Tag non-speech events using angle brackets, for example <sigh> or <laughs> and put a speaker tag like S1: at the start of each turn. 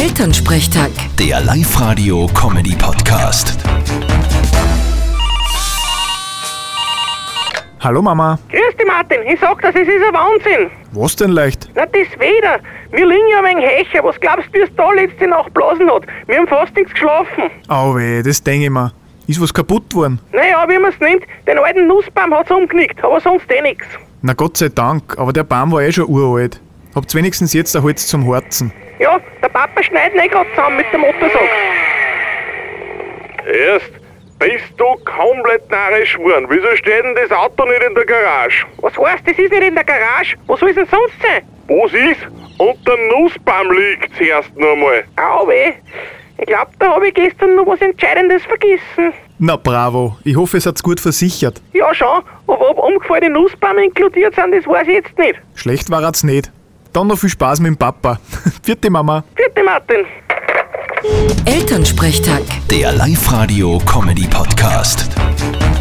S1: Elternsprechtag.
S2: Der Live-Radio-Comedy-Podcast.
S3: Hallo Mama,
S4: Grüß dich, Martin. Ich sag das, es ist ein Wahnsinn.
S3: was denn leicht?
S4: Na, das Wetter. Wir liegen ja wegen Hecher. Was glaubst du, wie es da letzte Nacht blasen hat? Wir haben fast nichts geschlafen.
S3: Au weh, das denke ich mir. Ist was kaputt worden?
S4: Naja, wie man es nimmt, den alten Nussbaum hat's umknickt, aber sonst eh nix.
S3: Na Gott sei Dank, aber der Baum war eh schon uralt. Habt's wenigstens jetzt ein Holz zum Harzen.
S4: Ja, der Papa schneidet eh grad zusammen mit dem Motorsack.
S5: Erst, bist du komplett narrisch geworden? Wieso steht denn das Auto nicht in der Garage?
S4: Was heißt, das ist nicht in der Garage? Wo soll es denn sonst sein?
S5: Was ist? Unter dem Nussbaum liegt erst nochmal.
S4: Au weh. Ich glaub, da habe ich gestern noch was Entscheidendes vergessen.
S3: Na bravo, ich hoffe, es hat's gut versichert.
S4: Ja, schon, aber ob umgefallene Nussbäume inkludiert sind, das weiß ich jetzt nicht.
S3: Schlecht war hat's nicht. Dann noch viel Spaß mit dem Papa. <laughs> Vierte Mama.
S4: Vierte Martin.
S1: Elternsprechtag.
S2: Der Live-Radio-Comedy-Podcast.